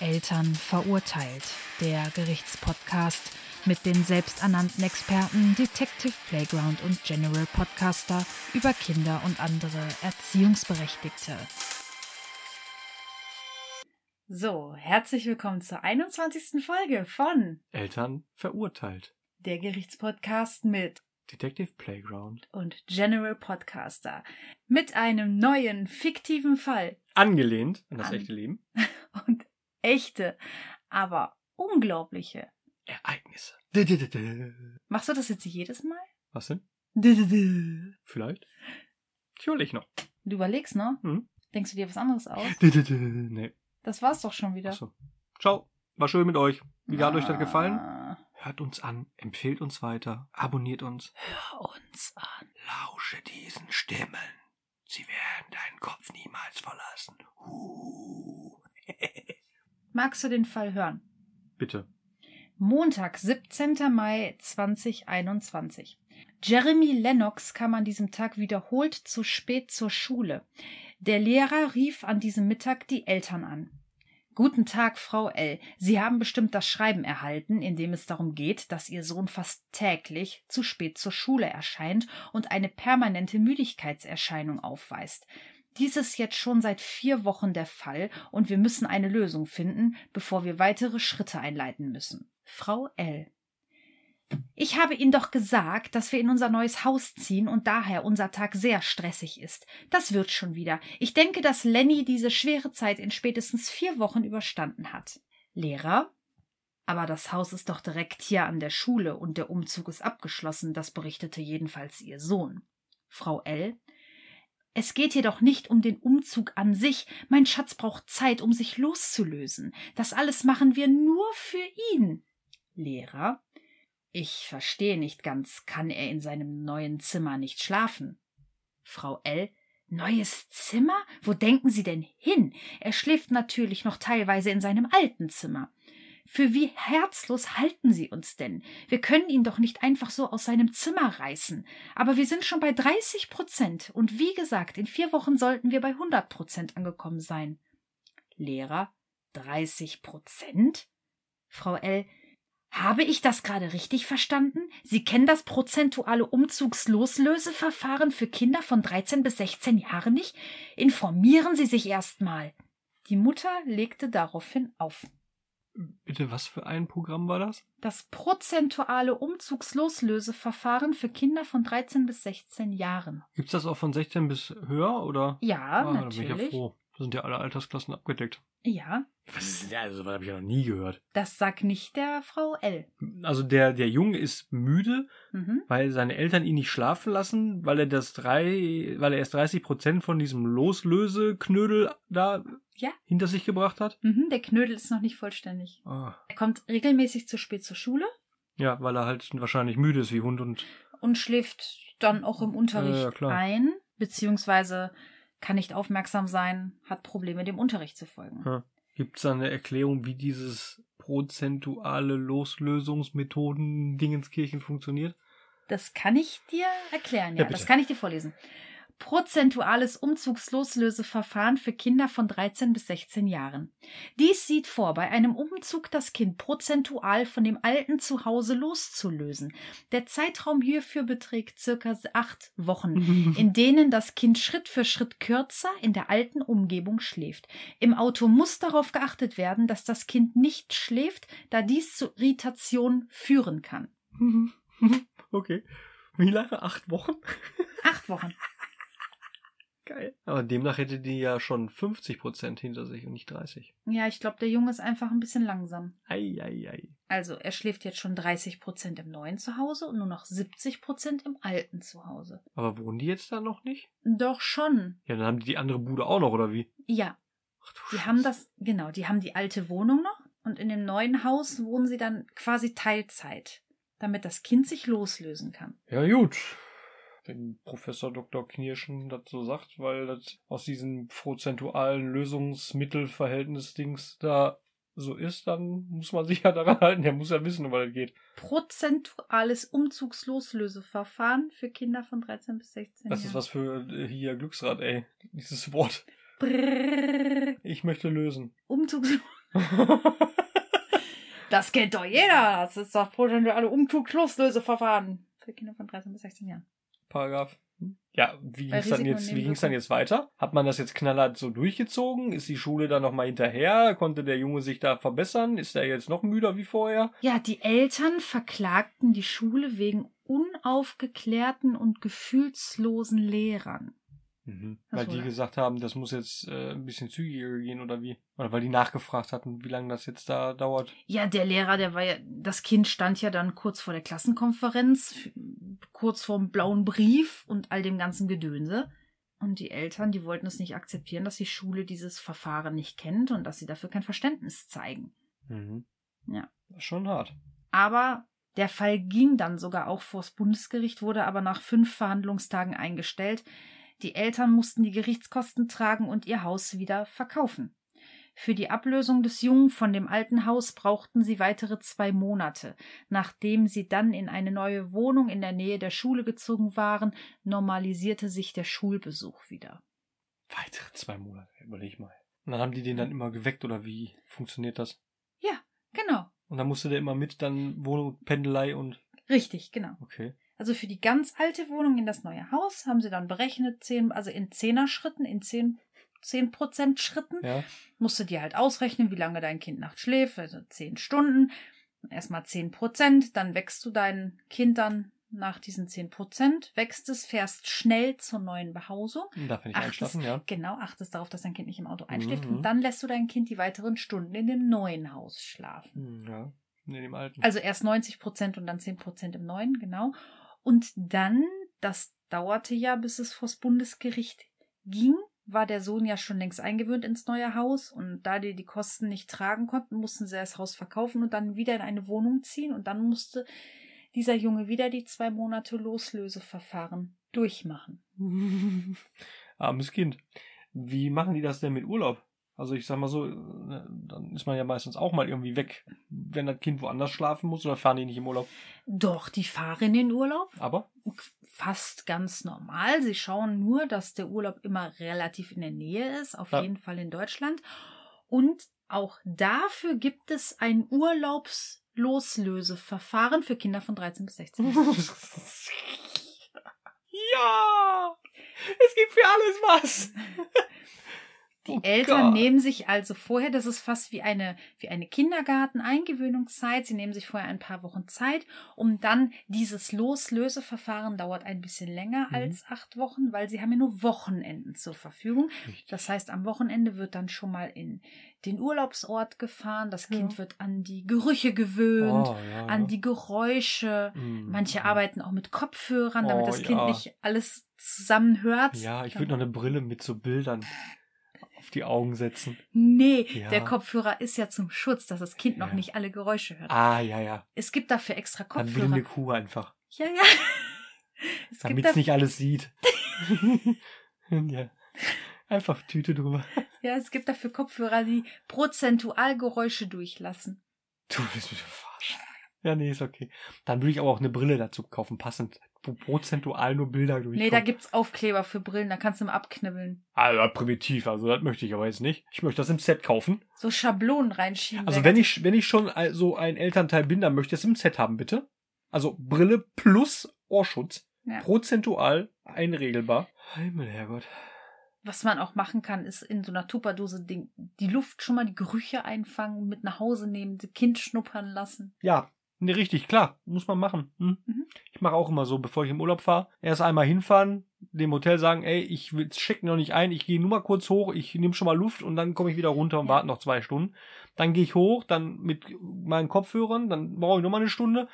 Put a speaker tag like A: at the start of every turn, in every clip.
A: Eltern verurteilt. Der Gerichtspodcast mit den selbsternannten Experten Detective Playground und General Podcaster über Kinder und andere Erziehungsberechtigte.
B: So, herzlich willkommen zur 21. Folge von
C: Eltern verurteilt.
B: der Gerichtspodcast mit
C: Detective Playground.
B: und General Podcaster mit einem neuen fiktiven Fall
C: Angelehnt an das
B: An-
C: echte Leben.
B: und echte, aber unglaubliche.
C: Ereignisse. Dö, dö, dö, dö.
B: Machst du das jetzt jedes Mal?
C: Was denn?
B: Du
C: Vielleicht? Natürlich noch.
B: überlegst, ne?
C: Hm?
B: Denkst du dir was anderes aus?
C: Dö, dö, dö. Nee.
B: Das war's doch schon wieder.
C: Achso. Ciao. War schön mit euch. Wie hat euch das gefallen?
B: Ah,
C: Hört uns an, empfehlt uns weiter, abonniert uns.
B: Hör uns an.
C: Lausche diesen Stimmen. Sie werden deinen Kopf niemals verlassen.
B: Magst du den Fall hören?
C: Bitte.
B: Montag, 17. Mai 2021. Jeremy Lennox kam an diesem Tag wiederholt zu spät zur Schule. Der Lehrer rief an diesem Mittag die Eltern an. Guten Tag, Frau L. Sie haben bestimmt das Schreiben erhalten, in dem es darum geht, dass Ihr Sohn fast täglich zu spät zur Schule erscheint und eine permanente Müdigkeitserscheinung aufweist. Dies ist jetzt schon seit vier Wochen der Fall und wir müssen eine Lösung finden, bevor wir weitere Schritte einleiten müssen. Frau L. Ich habe Ihnen doch gesagt, dass wir in unser neues Haus ziehen und daher unser Tag sehr stressig ist. Das wird schon wieder. Ich denke, dass Lenny diese schwere Zeit in spätestens vier Wochen überstanden hat. Lehrer? Aber das Haus ist doch direkt hier an der Schule und der Umzug ist abgeschlossen, das berichtete jedenfalls ihr Sohn. Frau L. Es geht jedoch nicht um den Umzug an sich. Mein Schatz braucht Zeit, um sich loszulösen. Das alles machen wir nur für ihn. Lehrer. Ich verstehe nicht ganz. Kann er in seinem neuen Zimmer nicht schlafen? Frau L. Neues Zimmer? Wo denken Sie denn hin? Er schläft natürlich noch teilweise in seinem alten Zimmer. Für wie herzlos halten Sie uns denn? Wir können ihn doch nicht einfach so aus seinem Zimmer reißen. Aber wir sind schon bei 30 Prozent und wie gesagt, in vier Wochen sollten wir bei 100 Prozent angekommen sein. Lehrer, 30 Prozent? Frau L. Habe ich das gerade richtig verstanden? Sie kennen das prozentuale Umzugsloslöseverfahren für Kinder von 13 bis 16 Jahren nicht? Informieren Sie sich erstmal. Die Mutter legte daraufhin auf.
C: Bitte, was für ein Programm war das?
B: Das prozentuale Umzugsloslöseverfahren für Kinder von 13 bis 16 Jahren.
C: Gibt's das auch von 16 bis höher oder?
B: Ja,
C: Ah, Da bin ich ja
B: natürlich.
C: froh. Da sind ja alle Altersklassen abgedeckt.
B: Ja,
C: Was ist denn, also, das habe ich ja noch nie gehört.
B: das sagt nicht der Frau L.
C: Also, der, der Junge ist müde,
B: Mhm.
C: weil seine Eltern ihn nicht schlafen lassen, weil er das drei, weil er erst 30 Prozent von diesem Loslöseknödel da
B: Ja.
C: hinter sich gebracht hat.
B: Mhm, der Knödel ist noch nicht vollständig.
C: Ah.
B: Er kommt regelmäßig zu spät zur Schule
C: Ja, weil er halt wahrscheinlich müde ist wie Hund und
B: und schläft dann auch im Unterricht
C: Ja, klar.
B: ein, beziehungsweise kann nicht aufmerksam sein, hat Probleme, dem Unterricht zu folgen.
C: Ja. gibt's da eine Erklärung, wie dieses prozentuale Loslösungsmethoden Dingenskirchen funktioniert?
B: Das kann ich dir erklären, ja.
C: Ja, bitte.
B: das kann ich dir vorlesen. Prozentuales Umzugsloslöseverfahren für Kinder von 13 bis 16 Jahren. Dies sieht vor, bei einem Umzug das Kind prozentual von dem alten Zuhause loszulösen. Der Zeitraum hierfür beträgt circa acht Wochen
C: Mhm.
B: in denen das Kind Schritt für Schritt kürzer in der alten Umgebung schläft. Im Auto muss darauf geachtet werden, dass das Kind nicht schläft, da dies zu Irritation führen kann.
C: okay. Wie lange? Acht Wochen?
B: Acht Wochen.
C: Geil. Aber demnach hätte die ja schon 50 Prozent hinter sich und nicht 30.
B: Ja, ich glaube, der Junge ist einfach ein bisschen langsam.
C: Ei, ei, ei.
B: Also, er schläft jetzt schon 30 Prozent im neuen Zuhause und nur noch 70 Prozent im alten Zuhause.
C: Aber wohnen die jetzt da noch nicht?
B: Doch schon.
C: Ja, dann haben die die andere Bude auch noch, oder wie?
B: Ja,
C: Ach du
B: die
C: Scheiße.
B: haben das, genau, die haben die alte Wohnung noch und in dem neuen Haus wohnen sie dann quasi Teilzeit, damit das Kind sich loslösen kann.
C: Ja, gut. Wenn Professor Dr. Knirschen das so sagt, weil das aus diesem prozentualen Lösungsmittelverhältnis-Dings da so ist, dann muss man sich ja daran halten. Der muss ja wissen, um was das geht.
B: prozentuales Umzugsloslöseverfahren für Kinder von 13 bis 16
C: Das ist
B: Jahren.
C: was für äh, hier Glücksrad, ey. Dieses Wort.
B: Brrrr,
C: Ich möchte lösen.
B: Umzugsloslöseverfahren Das kennt doch jeder. Das ist doch prozentuale Umzugslöseverfahren für Kinder von 13 bis 16 Jahren.
C: Paragraph. Ja, wie
B: Bei
C: ging's dann
B: Risiken
C: jetzt,
B: und
C: wie ging's dann
B: Nebenwirkungen.
C: jetzt weiter? Hat man das jetzt knallhart so durchgezogen? Ist die Schule da nochmal hinterher? Konnte der Junge sich da verbessern? Ist er jetzt noch müder wie vorher?
B: Ja, die Eltern verklagten die Schule wegen unaufgeklärten und gefühlslosen Lehrern.
C: Weil
B: so,
C: die
B: ja.
C: gesagt haben, das muss jetzt äh, ein bisschen zügiger gehen oder wie? Oder weil die nachgefragt hatten, wie lange das jetzt da dauert.
B: Ja, der Lehrer, der war ja, das Kind stand ja dann kurz vor der Klassenkonferenz, f- kurz vorm blauen Brief und all dem ganzen Gedönse. Und die Eltern, die wollten es nicht akzeptieren, dass die Schule dieses Verfahren nicht kennt und dass sie dafür kein Verständnis zeigen. Ja.
C: Das ist Schon hart.
B: Aber der Fall ging dann sogar auch vors Bundesgericht, wurde aber nach fünf Verhandlungstagen eingestellt. Die Eltern mussten die Gerichtskosten tragen und ihr Haus wieder verkaufen. Für die Ablösung des Jungen von dem alten Haus brauchten sie weitere zwei Monate, nachdem sie dann in eine neue Wohnung in der Nähe der Schule gezogen waren, normalisierte sich der Schulbesuch wieder.
C: Weitere zwei Monate, überleg mal. Und dann haben die den dann immer geweckt oder wie funktioniert das?
B: Genau,
C: Und dann musste der immer mit, dann Wohnung, Pendelei und.
B: richtig, genau.
C: Okay.
B: Also für die ganz alte Wohnung in das neue Haus haben sie dann berechnet, zehn, also in Zehner-Schritten, in zehn, zehn Prozent Schritten,
C: Ja.
B: musst du dir halt ausrechnen, wie lange dein Kind nachts schläft, also zehn Stunden, erstmal zehn Prozent, dann wächst du dein Kind dann nach diesen zehn Prozent, wächst es, fährst schnell zur neuen Behausung,
C: Und Darf er nicht
B: Ach, das-
C: einschlafen, ja.
B: genau, achtest darauf, dass dein Kind nicht im Auto einschläft
C: Mhm.
B: und dann lässt du dein Kind die weiteren Stunden in dem neuen Haus schlafen.
C: Hm, Ja. Nee, dem alten.
B: Also erst 90 Prozent und dann 10 Prozent im neuen, genau. Und dann, das dauerte ja, bis es vors Bundesgericht ging, war der Sohn ja schon längst eingewöhnt ins neue Haus und da die die Kosten nicht tragen konnten, mussten sie das Haus verkaufen und dann wieder in eine Wohnung ziehen und dann musste dieser Junge wieder die zwei Monate Loslöseverfahren durchmachen.
C: Armes Ah, Kind. Wie machen die das denn mit Urlaub? Also ich sag mal so, ne, dann ist man ja meistens auch mal irgendwie weg, wenn das Kind woanders schlafen muss oder fahren die nicht im Urlaub.
B: Doch, die fahren in den Urlaub.
C: Aber
B: fast ganz normal. Sie schauen nur, dass der Urlaub immer relativ in der Nähe ist, auf
C: Ja.
B: jeden Fall in Deutschland. Und auch dafür gibt es ein Urlaubsloslöseverfahren für Kinder von 13 bis 16.
C: ja, es gibt für alles was. Oh
B: Die Eltern nehmen sich also vorher, das ist fast wie eine, wie eine Kindergarten-Eingewöhnungszeit. Sie nehmen sich vorher ein paar Wochen Zeit, um dann dieses Loslöseverfahren dauert ein bisschen länger
C: Mhm.
B: als acht Wochen, weil sie haben ja nur Wochenenden zur Verfügung. Das heißt, am Wochenende wird dann schon mal in den Urlaubsort gefahren. Das Kind wird an die Gerüche gewöhnt,
C: Oh, ja,
B: an
C: ja.
B: die Geräusche.
C: Mhm.
B: Manche arbeiten auch mit Kopfhörern, damit
C: Oh,
B: das Kind
C: ja.
B: nicht alles zusammen hört.
C: Ja, ich würde noch eine Brille mit so Bildern auf die Augen setzen.
B: Nee,
C: Ja.
B: der Kopfhörer ist ja zum Schutz, dass das Kind noch
C: Ja.
B: nicht alle Geräusche hört.
C: Ah, ja, ja.
B: Es gibt dafür extra
C: Dann will
B: Kopfhörer.
C: eine Kuh einfach,
B: Ja, ja. Es gibt
C: damit es
B: dafür,
C: nicht alles sieht. ja. Einfach Tüte drüber.
B: ja, es gibt dafür Kopfhörer, die prozentual Geräusche durchlassen.
C: Du willst mich verarschen. Ja, nee, ist okay. Dann würde ich aber auch eine Brille dazu kaufen, passend. Wo prozentual nur Bilder durchkommen.
B: Nee, da gibt's Aufkleber für Brillen, da kannst du mal abknibbeln.
C: Also primitiv, also das möchte ich aber jetzt nicht. Ich möchte das im Set kaufen.
B: So Schablonen reinschieben.
C: Also
B: Wäre
C: wenn ich, wenn ich schon ein- so ein Elternteil bin, dann möchte ich es im Set haben, bitte. Also Brille plus Ohrschutz.
B: Ja.
C: Prozentual einregelbar. Himmel, Herrgott.
B: Was man auch machen kann, ist in so einer Tupperdose die, die Luft schon mal, die Gerüche einfangen, mit nach Hause nehmen, das Kind schnuppern lassen.
C: Ja, nee, richtig, klar. Muss man machen. Hm?
B: Mhm.
C: Ich mache auch immer so, bevor ich im Urlaub fahre. Erst einmal hinfahren, dem Hotel sagen, ey, ich will- check noch nicht ein, ich gehe nur mal kurz hoch, ich nehme schon mal Luft und dann komme ich wieder runter und
B: Ja.
C: warte noch zwei Stunden. Dann gehe ich hoch, dann mit meinen Kopfhörern, dann brauche ich noch mal eine Stunde.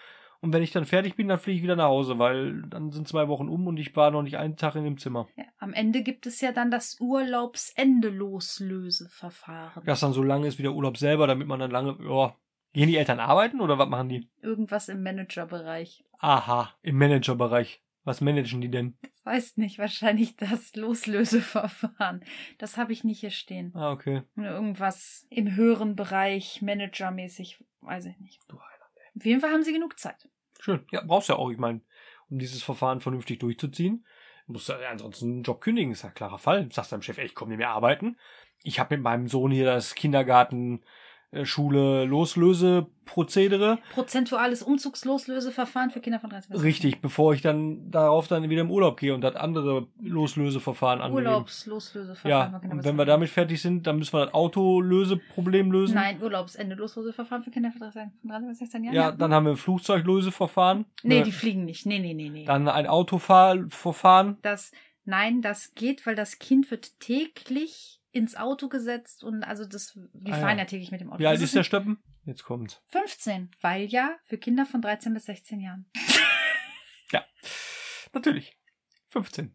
C: Und wenn ich dann fertig bin, dann fliege ich wieder nach Hause, weil dann sind zwei Wochen um und ich war noch nicht einen Tag in dem Zimmer.
B: Ja, am Ende gibt es ja dann das Urlaubsende-Loslöseverfahren.
C: Das dann so lange ist wie der Urlaub selber, damit man dann lange, ja. Gehen die Eltern arbeiten oder was machen die?
B: Irgendwas im Managerbereich.
C: Aha, im Managerbereich. Was managen die denn?
B: Das weiß nicht, wahrscheinlich das Loslöseverfahren. Das habe ich nicht hier stehen.
C: Ah, okay.
B: Irgendwas im höheren Bereich, managermäßig, weiß ich nicht.
C: Du
B: Auf jeden Fall haben sie genug Zeit.
C: Schön. Ja, brauchst ja auch, ich meine, um dieses Verfahren vernünftig durchzuziehen. Musst du ja ansonsten einen Job kündigen, ist ja ein klarer Fall. Sagst deinem Chef, ey, ich komm nicht mehr arbeiten. Ich habe mit meinem Sohn hier das Kindergarten äh, Schule Loslöseprozedere.
B: Prozentuales Umzugsloslöseverfahren für Kinder von 13 bis 16.
C: Richtig, bevor ich dann darauf dann wieder im Urlaub gehe und das andere Loslöseverfahren angehe.
B: Urlaubsloslöseverfahren
C: Ja,
B: für Kinder
C: und
B: bis
C: wenn wir
B: 13.
C: damit fertig sind, dann müssen wir das Autolöseproblem lösen.
B: Nein, Urlaubsende, Loslöseverfahren für Kinder von 13 von 13 bis 16 Jahren.
C: Ja, dann haben wir ein Flugzeuglöseverfahren.
B: nee,
C: Ne,
B: die fliegen nicht. Nee, nee, nee, nee.
C: dann ein Autofahrverfahren.
B: das, nein, das geht, weil das Kind wird täglich ins Auto gesetzt und also das, die
C: Ah,
B: fahren ja.
C: ja.
B: täglich mit dem Auto.
C: Wie alt
B: Das
C: ist der Stöppen? Jetzt kommt's.
B: 15, weil ja für Kinder von 13 bis 16 Jahren.
C: Natürlich. 15.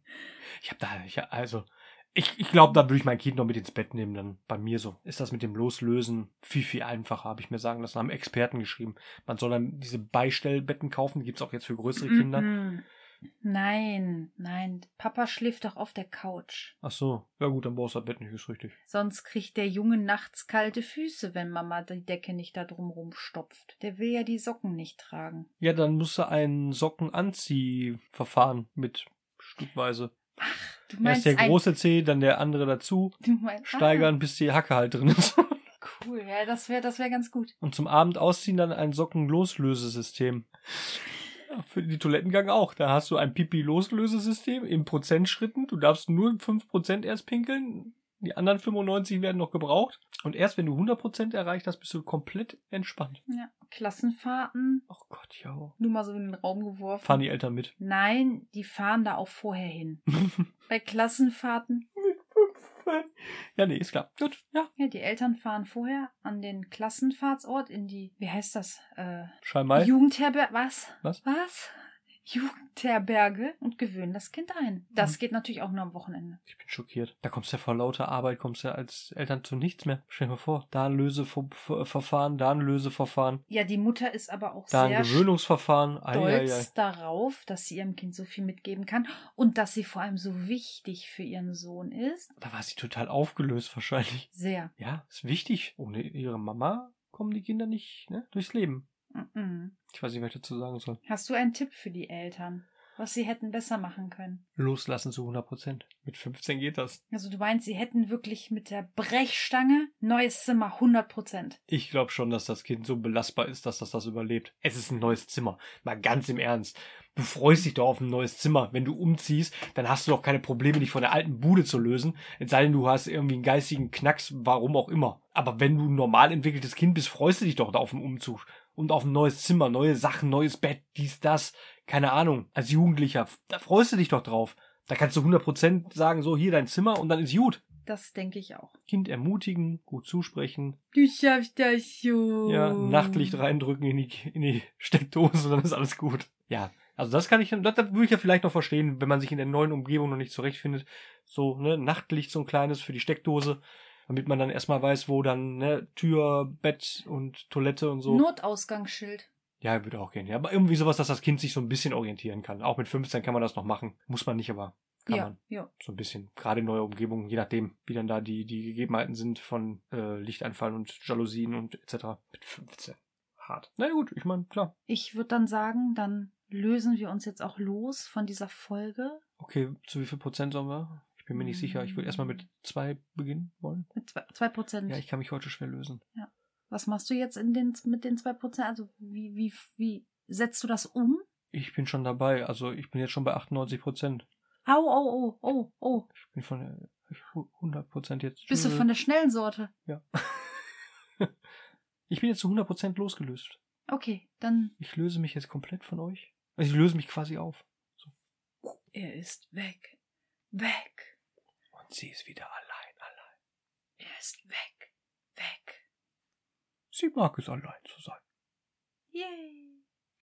C: Ich hab da, ich, also, ich, ich glaube, da würde ich mein Kind noch mit ins Bett nehmen, dann bei mir so. Ist das mit dem Loslösen viel, viel einfacher, habe ich mir sagen lassen, haben Experten geschrieben. Man soll dann diese Beistellbetten kaufen, die gibt's auch jetzt für größere Kinder.
B: Mhm. Nein, nein, Papa schläft doch auf der Couch.
C: Ach so, ja gut, dann brauchst du das Bett nicht, ist richtig.
B: Sonst kriegt der Junge nachts kalte Füße, wenn Mama die Decke nicht da drum rumstopft. Der will ja die Socken nicht tragen.
C: Ja, dann musst du ein Sockenanziehverfahren mit Stückweise.
B: Du
C: Erst
B: meinst
C: der
B: ein- Ah.
C: große Zeh, dann der andere dazu.
B: du meinst,
C: Steigern, bis die Hacke halt drin ist.
B: Ah, cool, ja, das wäre das wär ganz gut.
C: Und zum Abend ausziehen dann ein Sockenloslösesystem. Für die Toilettengang auch. Da hast du ein Pipi-Loslösesystem in Prozentschritten. Du darfst nur 5% erst pinkeln. Die anderen 95 werden noch gebraucht. Und erst wenn du 100% erreicht hast, bist du komplett entspannt.
B: Ja. Klassenfahrten,
C: Oh Gott, ja.
B: nur mal so in den Raum geworfen.
C: Fahren die Eltern mit.
B: Nein, die fahren da auch vorher hin. Bei Klassenfahrten,
C: ja, nee, ist klar. Gut, ja.
B: ja, die Eltern fahren vorher an den Klassenfahrtsort in die, wie heißt das, äh,
C: Scheinbar.
B: Jugendherberge, was?
C: Was?
B: Was? Jugendherberge und gewöhnen das Kind ein.
C: Mhm.
B: Das geht natürlich auch nur am Wochenende.
C: Ich bin schockiert. Da kommst du ja vor lauter Arbeit, kommst du ja als Eltern zu nichts mehr. Stell dir mal vor, da ein Löseverfahren, da ein Löseverfahren,
B: Ja, die Mutter ist aber auch
C: da
B: sehr
C: ein Gewöhnungsverfahren. Eieiei.
B: stolz darauf, dass sie ihrem Kind so viel mitgeben kann und dass sie vor allem so wichtig für ihren Sohn ist.
C: Da war sie total aufgelöst wahrscheinlich.
B: Sehr.
C: Ja, ist wichtig. Ohne ihre Mama kommen die Kinder nicht ne, durchs Leben.
B: Mhm.
C: Ich weiß nicht, was ich dazu sagen soll.
B: Hast du einen Tipp für die Eltern, was sie hätten besser machen können?
C: Loslassen zu 100 Prozent. Mit 15 geht das.
B: Also du meinst, sie hätten wirklich mit der Brechstange neues Zimmer 100 Prozent.
C: Ich glaube schon, dass das Kind so belastbar ist, dass das das überlebt. Es ist ein neues Zimmer. Mal ganz im Ernst. Du freust dich doch auf ein neues Zimmer. Wenn du umziehst, dann hast du doch keine Probleme, dich von der alten Bude zu lösen. Es sei denn, du hast irgendwie einen geistigen Knacks, warum auch immer. Aber wenn du ein normal entwickeltes Kind bist, freust du dich doch auf den Umzug. Und auf ein neues Zimmer, neue Sachen, neues Bett, dies, das. Keine Ahnung. Als Jugendlicher, da freust du dich doch drauf. Da kannst du 100% sagen, so, hier dein Zimmer und dann ist gut.
B: Das denke ich auch.
C: Kind ermutigen, gut zusprechen,
B: Du schaffst das schon.
C: ja, Nachtlicht reindrücken in die, in die Steckdose und dann ist alles gut. Ja, also das kann ich, das, das würde ich ja vielleicht noch verstehen, wenn man sich in der neuen Umgebung noch nicht zurechtfindet. So, ne, Nachtlicht, so ein kleines für die Steckdose, damit man dann erstmal weiß, wo dann, ne, Tür, Bett und Toilette und so.
B: Notausgangsschild.
C: ja, würde auch gehen. Ja, aber irgendwie sowas, dass das Kind sich so ein bisschen orientieren kann. Auch mit 15 kann man das noch machen. Muss man nicht, aber kann
B: ja,
C: man
B: ja.
C: so ein bisschen. Gerade neue Umgebungen, je nachdem, wie dann da die, die Gegebenheiten sind von äh, Lichteinfallen und Jalousien und etc. Mit 15. Hart. Na gut, ich meine, klar.
B: Ich würde dann sagen, dann lösen wir uns jetzt auch los von dieser Folge.
C: Okay, zu wie viel Prozent sollen wir? Ich bin mir nicht sicher. Ich würde erstmal mit zwei beginnen wollen.
B: Mit zwei- zwei Prozent.
C: Ja, ich kann mich heute schwer lösen.
B: Was machst du jetzt in den, mit den zwei Prozent? Also wie, wie, wie setzt du das um?
C: Ich bin schon dabei. Also ich bin jetzt schon bei 98 Prozent.
B: Au, au, au, au, au.
C: Ich bin von der ich- 100 Prozent jetzt.
B: Bist du von der schnellen Sorte?
C: Ja. ich bin jetzt zu 100 Prozent losgelöst.
B: Okay, dann.
C: Ich löse mich jetzt komplett von euch. Also ich löse mich quasi auf.
B: Er ist weg. Weg.
C: Und sie ist wieder allein, allein.
B: Er ist weg. Weg.
C: Sie mag es allein zu sein.
B: Yay.